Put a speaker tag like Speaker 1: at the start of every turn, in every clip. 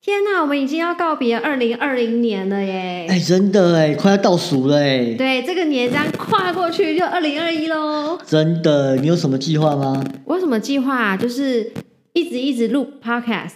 Speaker 1: 天哪，我们已经要告别二零二零年了耶！
Speaker 2: 哎、真的哎，快要倒数了哎，
Speaker 1: 对，这个年将跨过去就二零二一喽。
Speaker 2: 真的，你有什么计划吗？
Speaker 1: 我有什么计划、啊？就是一直一直录 podcast，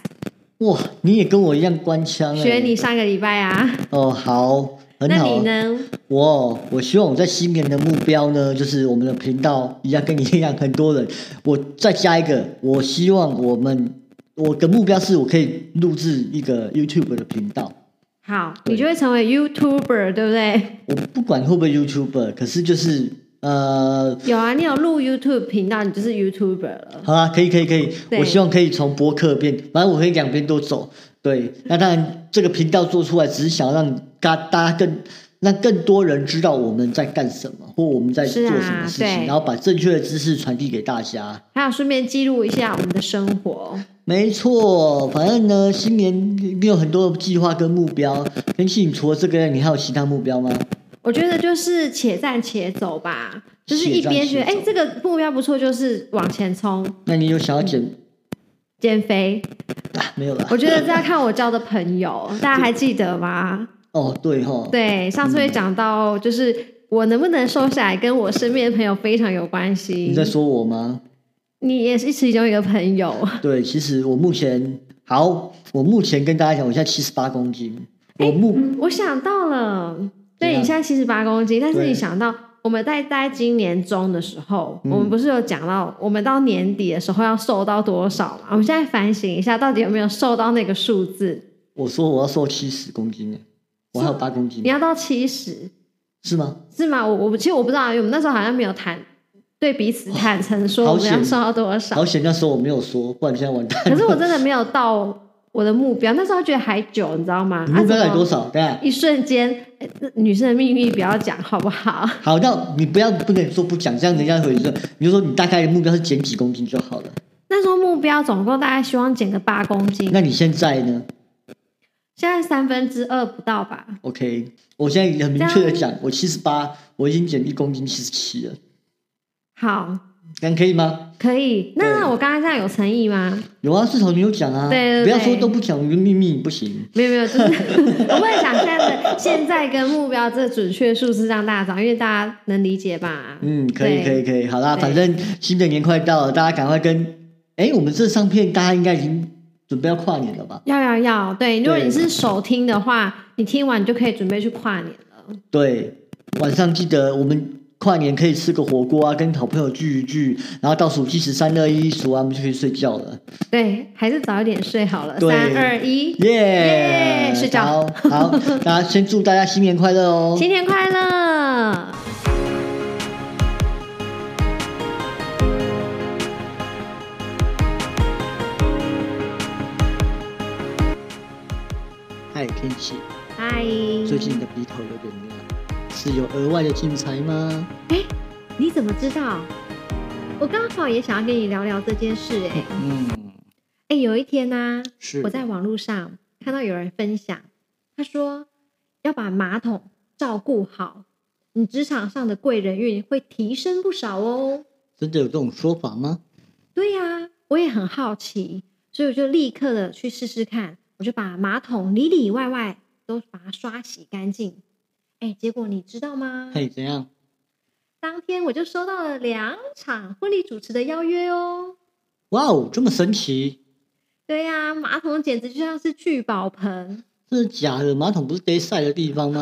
Speaker 2: 哇，你也跟我一样官腔哎，
Speaker 1: 学你上个礼拜啊。
Speaker 2: 哦，好，很
Speaker 1: 那
Speaker 2: 好
Speaker 1: 你
Speaker 2: 啊。
Speaker 1: 呢？
Speaker 2: 我哦我希望我在新年的目标呢，就是我们的频道一样跟你一样，很多人。我再加一个，我希望我们我的目标是我可以录制一个 YouTube 的频道。
Speaker 1: 好，你就会成为 YouTuber，对不对？
Speaker 2: 我不管会不会 YouTuber，可是就是呃，
Speaker 1: 有啊，你有录 YouTube 频道，你就是 YouTuber 了。
Speaker 2: 好啊，可以可以可以，
Speaker 1: 对
Speaker 2: 我希望可以从博客变，反正我可以两边都走。对，那当然这个频道做出来只是想让大大家更让更多人知道我们在干什么，或我们在
Speaker 1: 是
Speaker 2: 做
Speaker 1: 啊
Speaker 2: 什么事情，
Speaker 1: 对
Speaker 2: 然后把正确的知识传递给大家。
Speaker 1: 还有顺便记录一下我们的生活。
Speaker 2: 没错，反正呢，新年你有很多的计划跟目标。天气，你除了这个，你还有其他目标吗？
Speaker 1: 我觉得就是且战且走吧，就是一边觉得
Speaker 2: 且战且
Speaker 1: 哎、
Speaker 2: 走
Speaker 1: 这个目标不错，就是往前冲，
Speaker 2: 那你有想要减、
Speaker 1: 减肥。
Speaker 2: 啊？没有啦。
Speaker 1: 我觉得这要看我交的朋 友，大家还记得吗？
Speaker 2: 哦，对哈，
Speaker 1: 对，上次会讲到，就是我能不能瘦下来，跟我身边的朋友非常有关
Speaker 2: 你
Speaker 1: 系
Speaker 2: 在。说我吗？
Speaker 1: 你也是其中一个朋 友，
Speaker 2: 对，其实我目前好，我目前跟大家讲，我现在七十八公斤，我目、
Speaker 1: 我想到了，对
Speaker 2: 怎
Speaker 1: 你
Speaker 2: 样
Speaker 1: 现在七十八公斤，但是
Speaker 2: 啊对
Speaker 1: 你想到我们在在今年中的时候，
Speaker 2: 嗯
Speaker 1: 我们不是有讲到，我们到年底的时候要瘦到多少嘛？我们现在反省一下，到底有没有瘦到那个数字？
Speaker 2: 我说我要瘦七十公斤耶，我还有八公斤
Speaker 1: 你，要到七十
Speaker 2: 是吗？
Speaker 1: 是吗？我我其实我不知道，因为我们那时候好像没有谈对彼此坦诚说
Speaker 2: 哦好
Speaker 1: 我们要
Speaker 2: 险
Speaker 1: 瘦到多少。
Speaker 2: 好险那时候我没有说，不然现在完蛋。
Speaker 1: 可是我真的没有到我的目标，那时候觉得还久，你知道吗？
Speaker 2: 你目标
Speaker 1: 啊
Speaker 2: 在
Speaker 1: 怎么
Speaker 2: 多少？等一下，
Speaker 1: 一瞬间，哎这女生的秘密不要讲好不好？
Speaker 2: 好，那你不要不能说不讲，这样人家会说，你就说你大概的目标是减几公斤就好了。
Speaker 1: 那时候目标总共大概希望减个八公斤，
Speaker 2: 那你现在呢
Speaker 1: 现在三分之二不到吧？
Speaker 2: ？OK，我现在很明确的
Speaker 1: 这
Speaker 2: 讲，我七十八，我已经减一公斤，七十七了，
Speaker 1: 好，
Speaker 2: 这样可以吗？
Speaker 1: 可以。那
Speaker 2: 对
Speaker 1: 那我刚刚这样有诚意吗？
Speaker 2: 有啊，至少你有讲啊，
Speaker 1: 对对对
Speaker 2: 不要说都不讲，我的秘密不行。
Speaker 1: 没有没有，就是 我会讲现在的现在跟目标这准确数字让大家知道，因为大家能理解吧？
Speaker 2: 嗯，可
Speaker 1: 对
Speaker 2: 以，可以，可以，好啦，
Speaker 1: 对
Speaker 2: 反正新的年快到了，大家赶快跟，哎，我们这上片大家应该已经准备要跨年了吧？
Speaker 1: 要要要，对，如果
Speaker 2: 对
Speaker 1: 你是首听的话，你听完你就可以准备去跨年了。
Speaker 2: 对，晚上记得我们跨年可以吃个火锅啊，跟好朋友聚一聚，然后倒数计时三二一，数完我们就可以睡觉了，
Speaker 1: 对，还是早一点睡好了。
Speaker 2: 对
Speaker 1: 三二一，
Speaker 2: 耶、
Speaker 1: 耶睡觉
Speaker 2: 好， 好，大家先祝大家新年快乐哦。
Speaker 1: 新年快乐！
Speaker 2: 嗨，天气，
Speaker 1: 嗨，
Speaker 2: 最近你的鼻头有点亮，是有额外的进财吗？
Speaker 1: 哎你怎么知道？我刚好也想要跟你聊聊这件事、哎，
Speaker 2: 嗯，
Speaker 1: 哎，有一天呢、
Speaker 2: 是
Speaker 1: 我在网络上看到有人分享，他说要把马桶照顾好，你职场上的贵人运会提升不少哦。
Speaker 2: 真的有这种说法吗？
Speaker 1: 对呀、我也很好奇，所以我就立刻的去试试看，我就把马桶里里外外都把它刷洗干净。哎，结果你知道吗？
Speaker 2: 嘿，怎样？
Speaker 1: 当天我就收到了两场婚礼主持的邀约哦。
Speaker 2: 哇哦，这么神奇！
Speaker 1: 对呀、马桶简直就像是聚宝盆。
Speaker 2: 这是假的，马桶不是得晒的地方吗？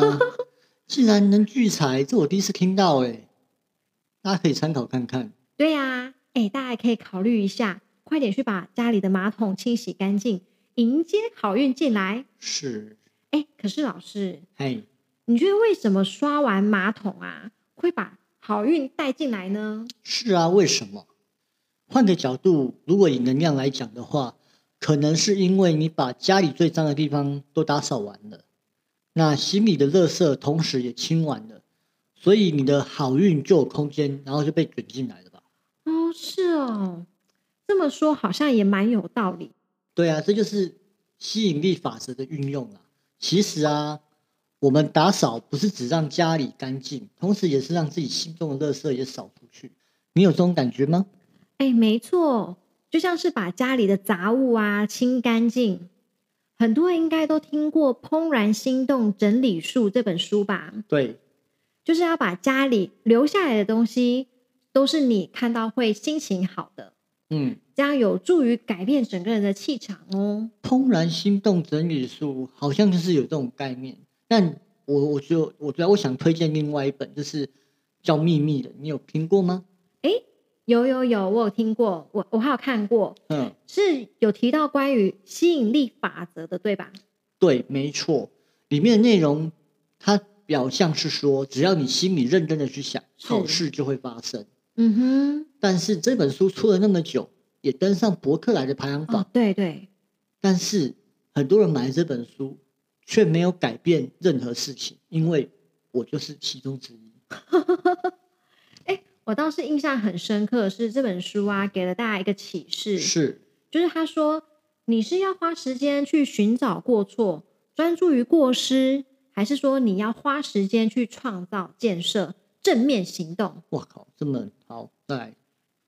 Speaker 2: 竟然能聚财，这我第一次听到哎，大家可以参考看看。
Speaker 1: 对呀、哎，大家也可以考虑一下，快点去把家里的马桶清洗干净，迎接好运进来。
Speaker 2: 是，
Speaker 1: 哎，可是老师，
Speaker 2: 嘿，
Speaker 1: 你觉得为什么刷完马桶啊，会把好运带进来呢？
Speaker 2: 是啊，为什么？换个角度，如果以能量来讲的话，可能是因为你把家里最脏的地方都打扫完了，那心里的垃圾同时也清完了，所以你的好运就有空间，然后就被卷进来了吧？
Speaker 1: 哦，是哦，这么说好像也蛮有道理。
Speaker 2: 对啊，这就是吸引力法则的运用啦。其实啊，我们打扫不是只让家里干净，同时也是让自己心中的垃圾也扫出去。你有这种感觉吗？
Speaker 1: 哎，没错，就像是把家里的杂物啊清干净，很多人应该都听过《怦然心动整理术》这本书吧？
Speaker 2: 对，
Speaker 1: 就是要把家里留下来的东西，都是你看到会心情好的，
Speaker 2: 嗯，
Speaker 1: 这样有助于改变整个人的气场哦。
Speaker 2: 怦然心动整理术好像就是有这种概念，但我我就我啊觉得我想推荐另外一本，就是叫《秘密》的，你有听过吗？
Speaker 1: 有有有，我有听过，我我还有看过，
Speaker 2: 嗯，
Speaker 1: 是有提到关于吸引力法则的，对吧？
Speaker 2: 对，没错，里面的内容它表象是说，只要你心里认真的去想，
Speaker 1: 是
Speaker 2: 好事就会发生。
Speaker 1: 嗯
Speaker 2: 但是这本书出了那么久，也登上博客来的排行
Speaker 1: 哼，
Speaker 2: 榜，
Speaker 1: 哦，对对，
Speaker 2: 但是很多人买了这本书，却没有改变任何事情，因为我就是其中之一。
Speaker 1: 我当时印象很深刻的是这本书啊，给了大家一个启示，
Speaker 2: 是，
Speaker 1: 就是他说你是要花时间去寻找过错，专注于过失，还是说你要花时间去创造、建设、正面行动？
Speaker 2: 我靠，这么好，再来，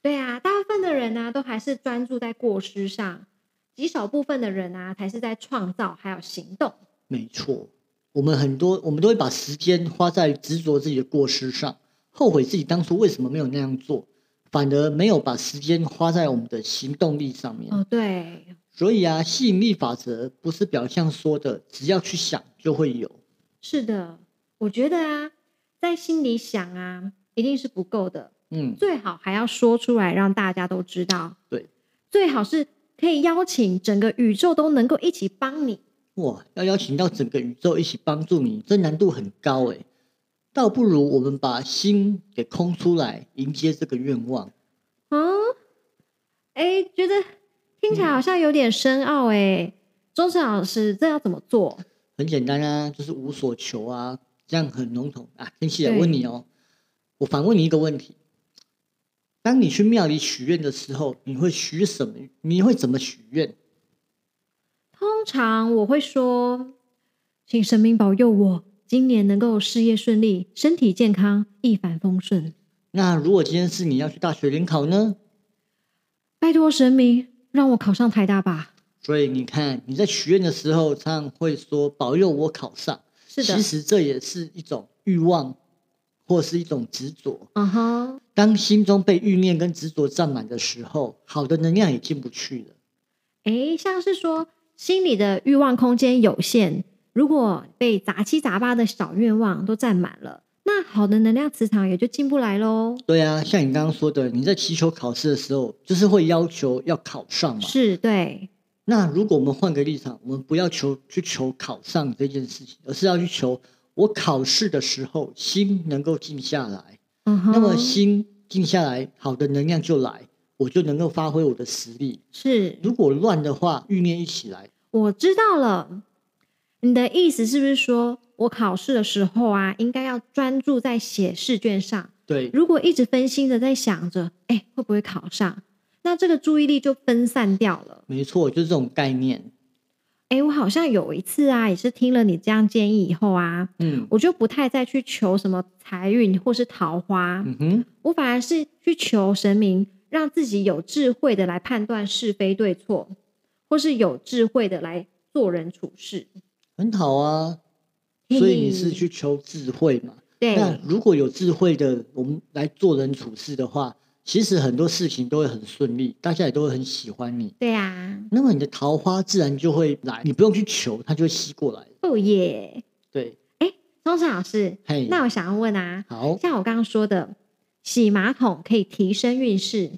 Speaker 1: 对啊，大部分的人呢、都还是专注在过失上，极少部分的人啊，才是在创造还有行动。
Speaker 2: 没错，我们很多我们都会把时间花在执着自己的过失上，后悔自己当初为什么没有那样做，反而没有把时间花在我们的行动力上面。
Speaker 1: 哦，对，
Speaker 2: 所以啊，吸引力法则不是表象说的，只要去想就会有。
Speaker 1: 是的，我觉得啊，在心里想啊，一定是不够的，
Speaker 2: 嗯，
Speaker 1: 最好还要说出来，让大家都知道。
Speaker 2: 对，
Speaker 1: 最好是可以邀请整个宇宙都能够一起帮你。
Speaker 2: 哇，要邀请到整个宇宙一起帮助你，这难度很高诶。倒不如我们把心给空出来，迎接这个愿望。
Speaker 1: 嗯，哎，觉得听起来好像有点深奥哎。钟诚老师，这要怎么做？
Speaker 2: 很简单啊，就是无所求啊，这样很笼统啊。天气来
Speaker 1: 对
Speaker 2: 问你哦，我反问你一个问题：当你去庙里许愿的时候，你会许什么？你会怎么许愿？
Speaker 1: 通常我会说，请神明保佑我今年能够事业顺利、身体健康、一帆风顺。
Speaker 2: 那如果今天是你要去大学联考呢？
Speaker 1: 拜托神明，让我考上台大吧。
Speaker 2: 所以你看你在许愿的时候，常常会说保佑我考上。
Speaker 1: 是的
Speaker 2: 其，实这也是一种欲望，或是一种执着。
Speaker 1: 嗯哼，
Speaker 2: 当心中被欲念跟执着占满的时候，好的能量也进不去了。
Speaker 1: 哎，像是说心里的欲望空间有限，如果被杂七杂八的小愿望都占满了，那好的能量磁场也就进不来喽。
Speaker 2: 对啊，像你刚刚说的，你在祈求考试的时候，就是会要求要考上嘛。
Speaker 1: 是，对，
Speaker 2: 那如果我们换个立场，我们不要求去求考上这件事情，而是要去求我考试的时候心能够静下来。
Speaker 1: 嗯哼，
Speaker 2: 那么心静下来，好的能量就来，我就能够发挥我的实力。
Speaker 1: 是
Speaker 2: 如果乱的话，欲念一起来，
Speaker 1: 我知道了。你的意思是不是说我考试的时候啊，应该要专注在写试卷上？
Speaker 2: 对，
Speaker 1: 如果一直分心的在想着，哎，会不会考上？那这个注意力就分散掉了。
Speaker 2: 没错，就是这种概念。
Speaker 1: 哎，我好像有一次啊，也是听了你这样建议以后啊，
Speaker 2: 嗯
Speaker 1: 我就不太再去求什么财运或是桃花，
Speaker 2: 嗯哼，
Speaker 1: 我反而是去求神明，让自己有智慧的来判断是非对错，或是有智慧的来做人处事。
Speaker 2: 很好啊。
Speaker 1: 嘿嘿
Speaker 2: 所以你是去求智慧嘛？
Speaker 1: 对，
Speaker 2: 那如果有智慧的，我们来做人处事的话，其实很多事情都会很顺利，大家也都会很喜欢你。
Speaker 1: 对啊，
Speaker 2: 那么你的桃花自然就会来，你不用去求，它就会吸过来。
Speaker 1: 哦耶！
Speaker 2: 对，
Speaker 1: 钟山老师，
Speaker 2: 嘿，
Speaker 1: 那我想要问啊，
Speaker 2: 好，
Speaker 1: 像我刚刚说的，洗马桶可以提升运势。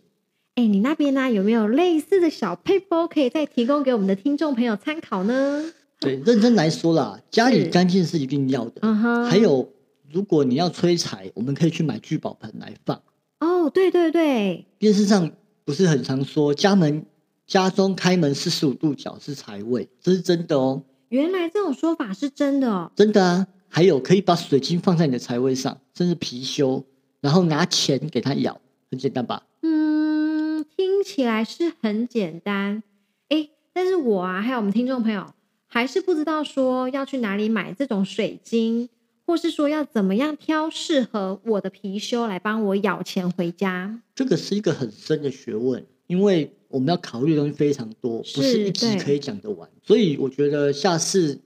Speaker 1: 哎，你那边呢、有没有类似的小 paper 可以再提供给我们的听众朋友参考呢？
Speaker 2: 对，认真来说啦，家里
Speaker 1: 是
Speaker 2: 干净是一定要的。
Speaker 1: 嗯哼，
Speaker 2: 还有，如果你要催财，我们可以去买聚宝盆来放。
Speaker 1: 哦，对对对，
Speaker 2: 电视上不是很常说家门家中开门四十五度角是财位，这是真的哦，
Speaker 1: 原来这种说法是真的哦。
Speaker 2: 真的啊。还有可以把水晶放在你的财位上，甚至貔貅，然后拿钱给它咬，很简单吧？
Speaker 1: 嗯，听起来是很简单，哎，但是我啊，还有我们听众朋友，还是不知道说要去哪里买这种水晶，或是说要怎么样挑适合我的貔貅来帮我咬钱回家。
Speaker 2: 这个是一个很深的学问，因为我我们要考虑的东西非常多，不
Speaker 1: 是
Speaker 2: 是一集
Speaker 1: 对
Speaker 2: 可以讲得完。所以我觉得下次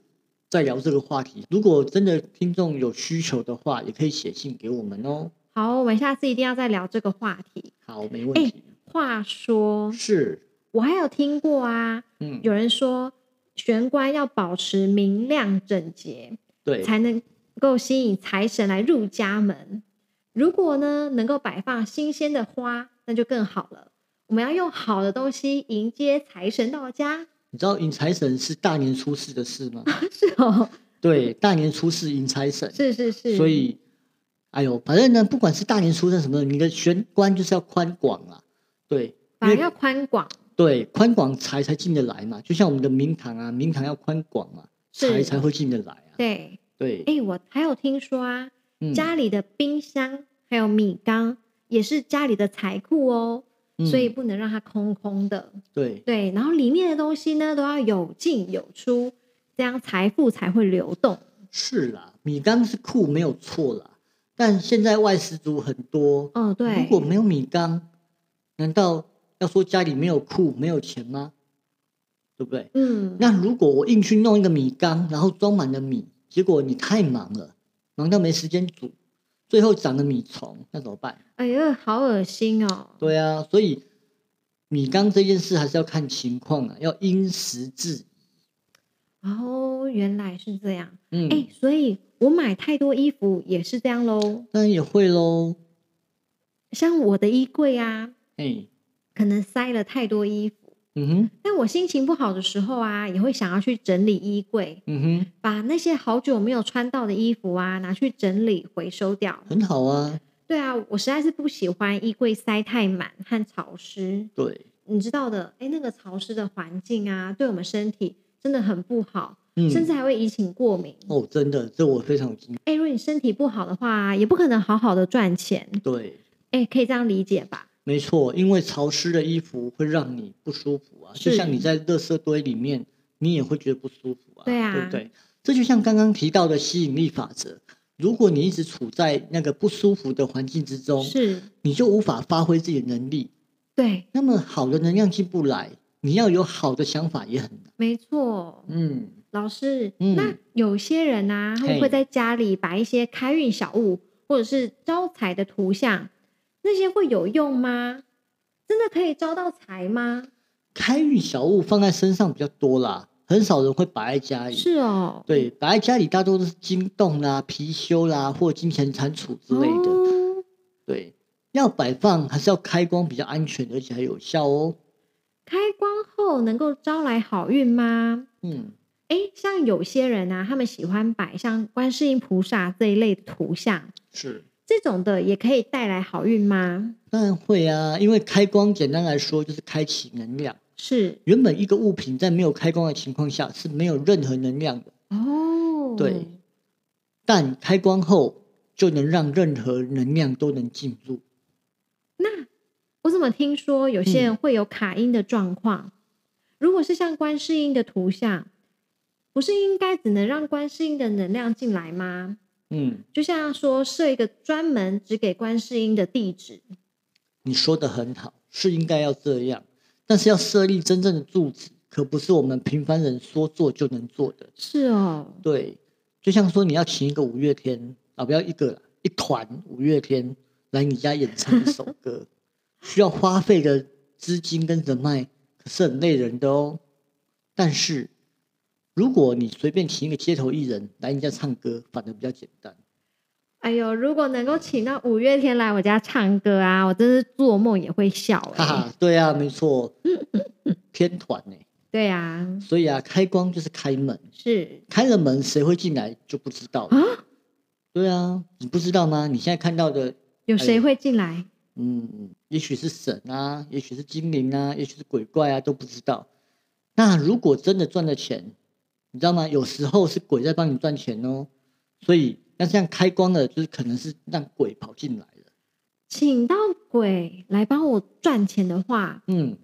Speaker 2: 再聊这个话题，如果真的听众有需求的话，也可以写信给我们哦。
Speaker 1: 好，我们下次一定要再聊这个话题。
Speaker 2: 好，没问题。
Speaker 1: 话说，
Speaker 2: 是，
Speaker 1: 我还有听过啊，
Speaker 2: 嗯，
Speaker 1: 有人说玄关要保持明亮整洁，
Speaker 2: 对，
Speaker 1: 才能够吸引财神来入家门。如果呢，能够摆放新鲜的花，那就更好了。我们要用好的东西迎接财神到家，
Speaker 2: 你知道迎财神是大年初四的事吗？
Speaker 1: 是哦，
Speaker 2: 对，大年初四迎财神，
Speaker 1: 是是是，
Speaker 2: 所以，哎呦，反正呢，不管是大年初四什么的，你的玄关就是要宽广啦。对，因
Speaker 1: 反而
Speaker 2: 为
Speaker 1: 要宽广，
Speaker 2: 对宽广财才进得来嘛，就像我们的明堂啊，明堂要宽广嘛，财
Speaker 1: 是
Speaker 2: 才会进得来啊。
Speaker 1: 对。
Speaker 2: 对，
Speaker 1: 哎、我还有听说啊，
Speaker 2: 嗯
Speaker 1: 家里的冰箱还有米缸也是家里的财库哦，所以
Speaker 2: 嗯
Speaker 1: 不能让它空空的。
Speaker 2: 对
Speaker 1: 对，然后里面的东西呢都要有进有出，这样财富才会流动。
Speaker 2: 是啦，米缸是酷没有错啦，但现在外食族很多，
Speaker 1: 哦，
Speaker 2: 如
Speaker 1: 对，
Speaker 2: 果没有米缸，难道要说家里没有库没有钱吗？对不对？
Speaker 1: 嗯，
Speaker 2: 那如果我硬去弄一个米缸，然后装满了米，结果你太忙了，忙到没时间煮，最后长了米虫，那怎么办？
Speaker 1: 哎呀，好恶心哦。
Speaker 2: 对啊，所以米缸这件事还是要看情况啊，要因时制宜。
Speaker 1: 哦，原来是这样。
Speaker 2: 嗯，
Speaker 1: 哎、所以我买太多衣服也是这样喽。
Speaker 2: 当然也会喽。
Speaker 1: 像我的衣柜啊，
Speaker 2: 哎、
Speaker 1: 可能塞了太多衣服。
Speaker 2: 嗯哼，
Speaker 1: 但我心情不好的时候啊，也会想要去整理衣柜，
Speaker 2: 嗯哼，
Speaker 1: 把那些好久没有穿到的衣服啊拿去整理回收掉。
Speaker 2: 很好啊。
Speaker 1: 对啊，我实在是不喜欢衣柜塞太满和潮湿，
Speaker 2: 对，
Speaker 1: 你知道的，哎，那个潮湿的环境啊，对我们身体真的很不好，
Speaker 2: 嗯，
Speaker 1: 甚至还会引起过敏。
Speaker 2: 哦，真的，这我非常有经验。
Speaker 1: 哎，如果你身体不好的话，也不可能好好的赚钱。
Speaker 2: 对，
Speaker 1: 哎，可以这样理解吧？
Speaker 2: 没错，因为潮湿的衣服会让你不舒服啊，就是像你在垃圾堆里面，你也会觉得不舒服啊，
Speaker 1: 对啊
Speaker 2: 不对？这就像刚刚提到的吸引力法则，如果你一直处在那个不舒服的环境之中，
Speaker 1: 是，
Speaker 2: 你就无法发挥自己的能力，
Speaker 1: 对，
Speaker 2: 那么好的能量进不来，你要有好的想法也很难。
Speaker 1: 没错。
Speaker 2: 嗯，
Speaker 1: 老师，
Speaker 2: 嗯
Speaker 1: 那有些人啊，他们
Speaker 2: 嘿
Speaker 1: 会在家里摆一些开运小物或者是招财的图像，那些会有用吗？真的可以招到财吗？
Speaker 2: 开运小物放在身上比较多啦，很少人会摆在家里。
Speaker 1: 是哦，
Speaker 2: 哎对，摆在家里大多都是金洞啦、貔貅啦，或金钱蟾蜍之类的。
Speaker 1: 哦
Speaker 2: 对，要摆放还是要开光比较安全，而且还有效哦。
Speaker 1: 开光后能够招来好运吗？
Speaker 2: 嗯，
Speaker 1: 诶，像有些人啊，他们喜欢摆像观世音菩萨这一类的图像，
Speaker 2: 是，
Speaker 1: 这种的也可以带来好运吗？
Speaker 2: 当然会啊，因为开光简单来说就是开启能量。
Speaker 1: 是
Speaker 2: 原本一个物品在没有开光的情况下是没有任何能量的，
Speaker 1: 哦，
Speaker 2: 对，但开光后就能让任何能量都能进入。
Speaker 1: 我怎么听说有些人会有卡音的状况？如果是像观世音的图像，不是应该只能让观世音的能量进来吗？
Speaker 2: 嗯，
Speaker 1: 就像说设一个专门只给观世音的地址，
Speaker 2: 你说的很好，是应该要这样，但是要设立真正的住址，可不是我们平凡人说做就能做的。
Speaker 1: 是哦，
Speaker 2: 对，就像说你要请一个五月天啊，不要一个啦，一团五月天来你家演唱一首歌，需要花费的资金跟人脉可是很累人的哦。但是如果你随便请一个街头艺人来你家唱歌，反而比较简单。
Speaker 1: 哎呦，如果能够请到五月天来我家唱歌啊，我真是做梦也会笑
Speaker 2: 哈
Speaker 1: 哎、
Speaker 2: 哈，对啊，没错，天团呢、
Speaker 1: 对啊，
Speaker 2: 所以啊，开光就是开门，
Speaker 1: 是
Speaker 2: 开了门谁会进来就不知道了。
Speaker 1: 啊，
Speaker 2: 对啊，你不知道吗？你现在看到的
Speaker 1: 有
Speaker 2: 哎
Speaker 1: 谁
Speaker 2: 呦
Speaker 1: 会进来？
Speaker 2: 嗯，也许是神啊，也许是精灵啊，也许是鬼怪啊，都不知道。那如果真的赚了钱，你知道吗？有时候是鬼在帮你赚钱哦，所以那这样开光了，就是可能是让鬼跑进来了。
Speaker 1: 请到鬼来帮我赚钱的话，
Speaker 2: 嗯，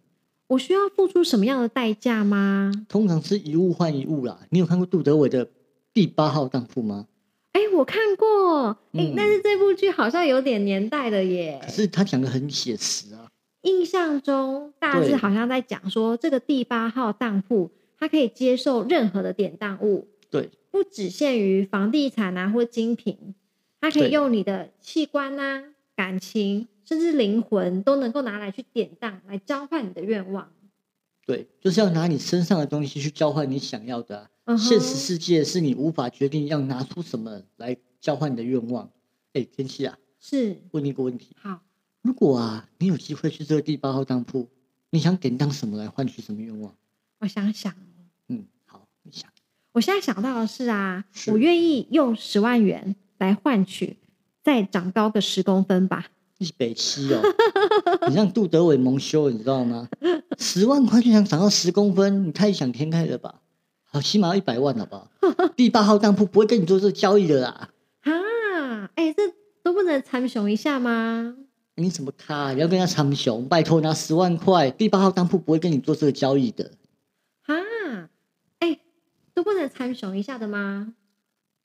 Speaker 1: 我需要付出什么样的代价吗？
Speaker 2: 通常是一物换一物啦。你有看过杜德伟的《第八号荡妇》吗？
Speaker 1: 哎，我看过，哎、
Speaker 2: 嗯
Speaker 1: 但是这部剧好像有点年代了耶
Speaker 2: 可。是他讲的很写实啊。
Speaker 1: 印象中大致
Speaker 2: 对
Speaker 1: 好像在讲说，这个第八号当铺它可以接受任何的典当物，
Speaker 2: 对，
Speaker 1: 不只限于房地产啊或精品，它可以
Speaker 2: 对
Speaker 1: 用你的器官啊、感情甚至灵魂都能够拿来去典当，来交换你的愿望。
Speaker 2: 对，就是要拿你身上的东西去交换你想要的啊、
Speaker 1: 嗯哼
Speaker 2: 现实世界是你无法决定要拿出什么来交换你的愿望。哎，天气啊，
Speaker 1: 是
Speaker 2: 问你一个问题：
Speaker 1: 好，
Speaker 2: 如果啊，你有机会去这个第八号当铺，你想典当什么来换取什么愿望？
Speaker 1: 我想想，
Speaker 2: 嗯，好，你想，
Speaker 1: 我现在想到的是啊，
Speaker 2: 是
Speaker 1: 我愿意用十万元来换取再长高个十公分吧。
Speaker 2: 一北七哦，你让杜德伟蒙羞，你知道吗？十万块就想涨到十公分，你太异想天开了吧？好，起码要一百万好不好？第八号当铺不会跟你做这个交易的啦。
Speaker 1: 啊，哎、这都不能参雄一下吗？
Speaker 2: 你怎么卡？你要跟他长熊？拜托，拿十万块，第八号当铺不会跟你做这个交易的。
Speaker 1: 啊，哎、都不能参雄一下的吗？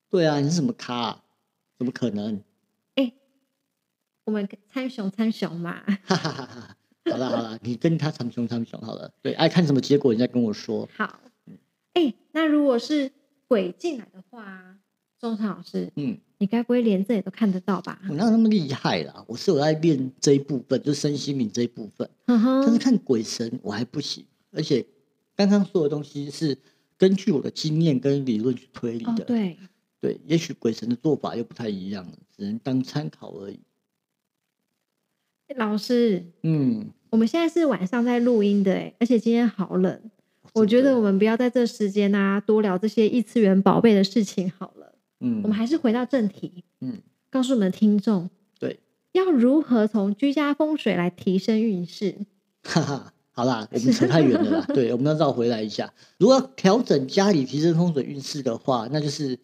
Speaker 2: 对啊，你是什么卡、怎么可能？
Speaker 1: 我们参雄参雄嘛。
Speaker 2: 哈哈哈哈！ 好啦好啦，你跟他长熊长熊好了。对，爱看什么结果，你再跟我说。
Speaker 1: 好，哎、那如果是鬼进来的话，钟诚老师，
Speaker 2: 嗯，
Speaker 1: 你该不会连这也都看得到吧？
Speaker 2: 我哪有那么厉害啦？我是有在练这一部分，就身心灵这一部分。
Speaker 1: 哼
Speaker 2: 嗯但是
Speaker 1: 哼，
Speaker 2: 看鬼神我还不行，而且刚刚说的东西是根据我的经验跟理论去推理
Speaker 1: 哦
Speaker 2: 的。
Speaker 1: 对，
Speaker 2: 对，也许鬼神的做法又不太一样了，只能当参考而已。
Speaker 1: 哎老师，
Speaker 2: 嗯，
Speaker 1: 我们现在是晚上在录音的、哎，而且今天好冷，我觉
Speaker 2: 真的
Speaker 1: 得我们不要在这时间啊多聊这些异次元宝贝的事情好了。
Speaker 2: 嗯，
Speaker 1: 我们还是回到正题，
Speaker 2: 嗯，
Speaker 1: 告诉我们的听众，
Speaker 2: 对，
Speaker 1: 要如何从居家风水来提升运势？
Speaker 2: 哈哈， 好啦，我们扯太远了啦。对，我们要绕回来一下。如果要调整家里提升风水运势的话，那就是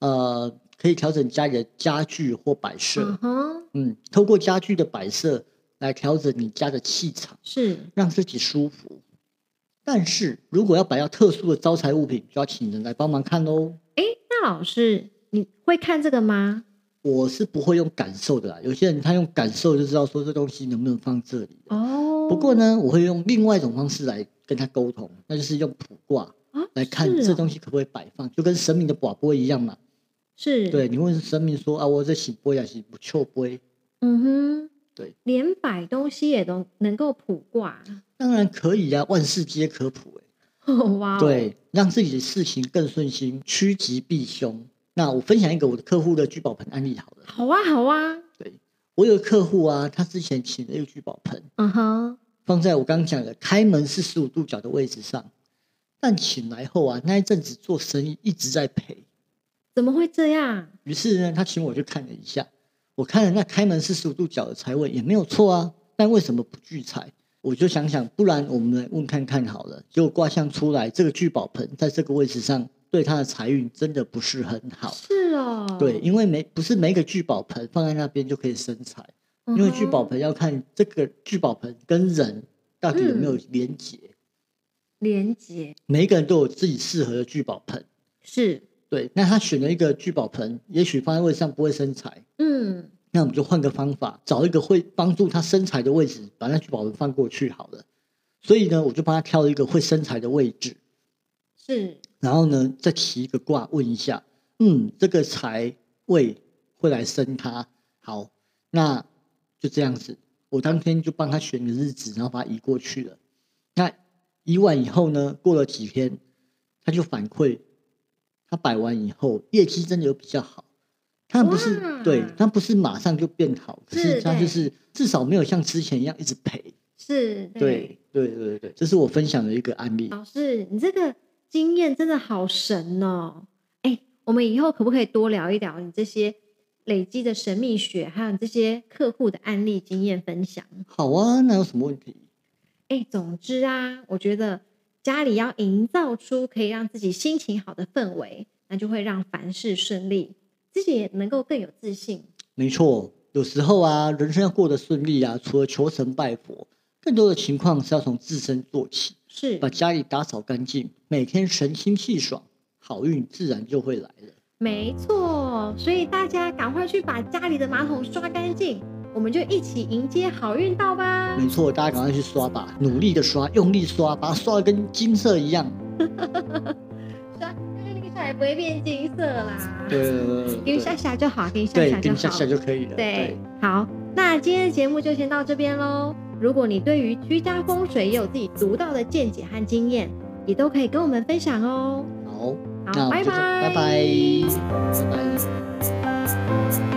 Speaker 2: 呃，可以调整家里的家具或摆
Speaker 1: 嗯
Speaker 2: 设。
Speaker 1: 哼，
Speaker 2: 嗯，透过家具的摆设来调整你家的气场，
Speaker 1: 是
Speaker 2: 让自己舒服。但是如果要摆到特殊的招财物品，就要请人来帮忙看喽。
Speaker 1: 那老师你会看这个吗？
Speaker 2: 我是不会用感受的啦，有些人他用感受就知道说这东西能不能放这里。
Speaker 1: 哦，
Speaker 2: 不过，呢，我会用另外一种方式来跟他沟通，那就是用卜卦
Speaker 1: 啊，
Speaker 2: 来看
Speaker 1: 是
Speaker 2: 这
Speaker 1: 哦
Speaker 2: 东西可不可以摆放，就跟神明的卜卦一样嘛。
Speaker 1: 是，，
Speaker 2: 对，你问神明说啊，我这洗杯啊，洗不臭杯，
Speaker 1: 嗯哼，
Speaker 2: 对，
Speaker 1: 连摆东西也都能够卜卦，
Speaker 2: 当然可以啊，万事皆可卜、欸。
Speaker 1: 哇、哦，，
Speaker 2: 对，让自己的事情更顺心，趋吉避凶。那我分享一个我的客户的聚宝盆案例好了。
Speaker 1: 好啊，好啊，
Speaker 2: 对我有个客户啊，他之前请了一个聚宝盆，
Speaker 1: 嗯哼，
Speaker 2: 放在我刚讲的开门是十五度角的位置上，但请来后啊，那一阵子做生意一直在赔。
Speaker 1: 怎么会这样？
Speaker 2: 于是呢，他请我去看了一下，我看了那开门是十五度角的财位也没有错啊，但为什么不聚财？我就想想，不然我们来问看看好了。结果卦象出来，这个聚宝盆在这个位置上，对他的财运真的不是很好。
Speaker 1: 是哦，
Speaker 2: 对，因为每不是每一个聚宝盆放在那边就可以生财，
Speaker 1: 嗯哼，
Speaker 2: 因为聚宝盆要看这个聚宝盆跟人到底有没有连结。
Speaker 1: 连接
Speaker 2: 每一个人都有自己适合的聚宝盆，
Speaker 1: 是，
Speaker 2: 对。那他选了一个聚宝盆，也许放在位置上不会生财，
Speaker 1: 嗯，
Speaker 2: 那我们就换个方法，找一个会帮助他生财的位置，把那聚宝盆放过去好了。所以呢，我就帮他挑一个会生财的位置，
Speaker 1: 是，
Speaker 2: 然后呢，再提一个卦问一下，嗯，这个财位会来生他，好，那就这样子。我当天就帮他选个日子，然后把它移过去了。那移完以后呢，过了几天，他就反馈，他摆完以后业绩真的有比较好。他不
Speaker 1: 哇
Speaker 2: 是对，他不是马上就变好，可
Speaker 1: 是
Speaker 2: 是他
Speaker 1: 对
Speaker 2: 就是至少没有像之前一样一直赔。
Speaker 1: 是，
Speaker 2: 对对对对对，这是我分享的一个案例。
Speaker 1: 老师，你这个经验真的好神哦！哎，我们以后可不可以多聊一聊你这些累积的神秘学，还有你这些客户的案例经验分享？
Speaker 2: 好啊，那有什么问题？
Speaker 1: 哎，总之啊，我觉得家里要营造出可以让自己心情好的氛围，那就会让凡事顺利，自己也能够更有自信。
Speaker 2: 没错，有时候啊，人生要过得顺利啊，除了求神拜佛，更多的情况是要从自身做起，
Speaker 1: 是，
Speaker 2: 把家里打扫干净，每天神清气爽，好运自然就会来了。
Speaker 1: 没错，所以大家赶快去把家里的马桶刷干净，我们就一起迎接好运到吧。
Speaker 2: 没错，大家赶快去刷吧，努力的刷，用力刷，把它刷的跟金色一样。
Speaker 1: 刷那个下也不会变金色啦，
Speaker 2: 对对对对
Speaker 1: 给
Speaker 2: 对
Speaker 1: 你下下就好，给你下
Speaker 2: 对，
Speaker 1: 下
Speaker 2: 跟
Speaker 1: 就
Speaker 2: 下
Speaker 1: 好
Speaker 2: 下。就可以了。
Speaker 1: 对，好，那今天的节目就先到这边喽。如果你对于居家风水也有自己独到的见解和经验，也都可以跟我们分享哦。
Speaker 2: 好，那
Speaker 1: 好，
Speaker 2: 我们
Speaker 1: 拜
Speaker 2: 就
Speaker 1: 拜，
Speaker 2: 拜拜，拜拜。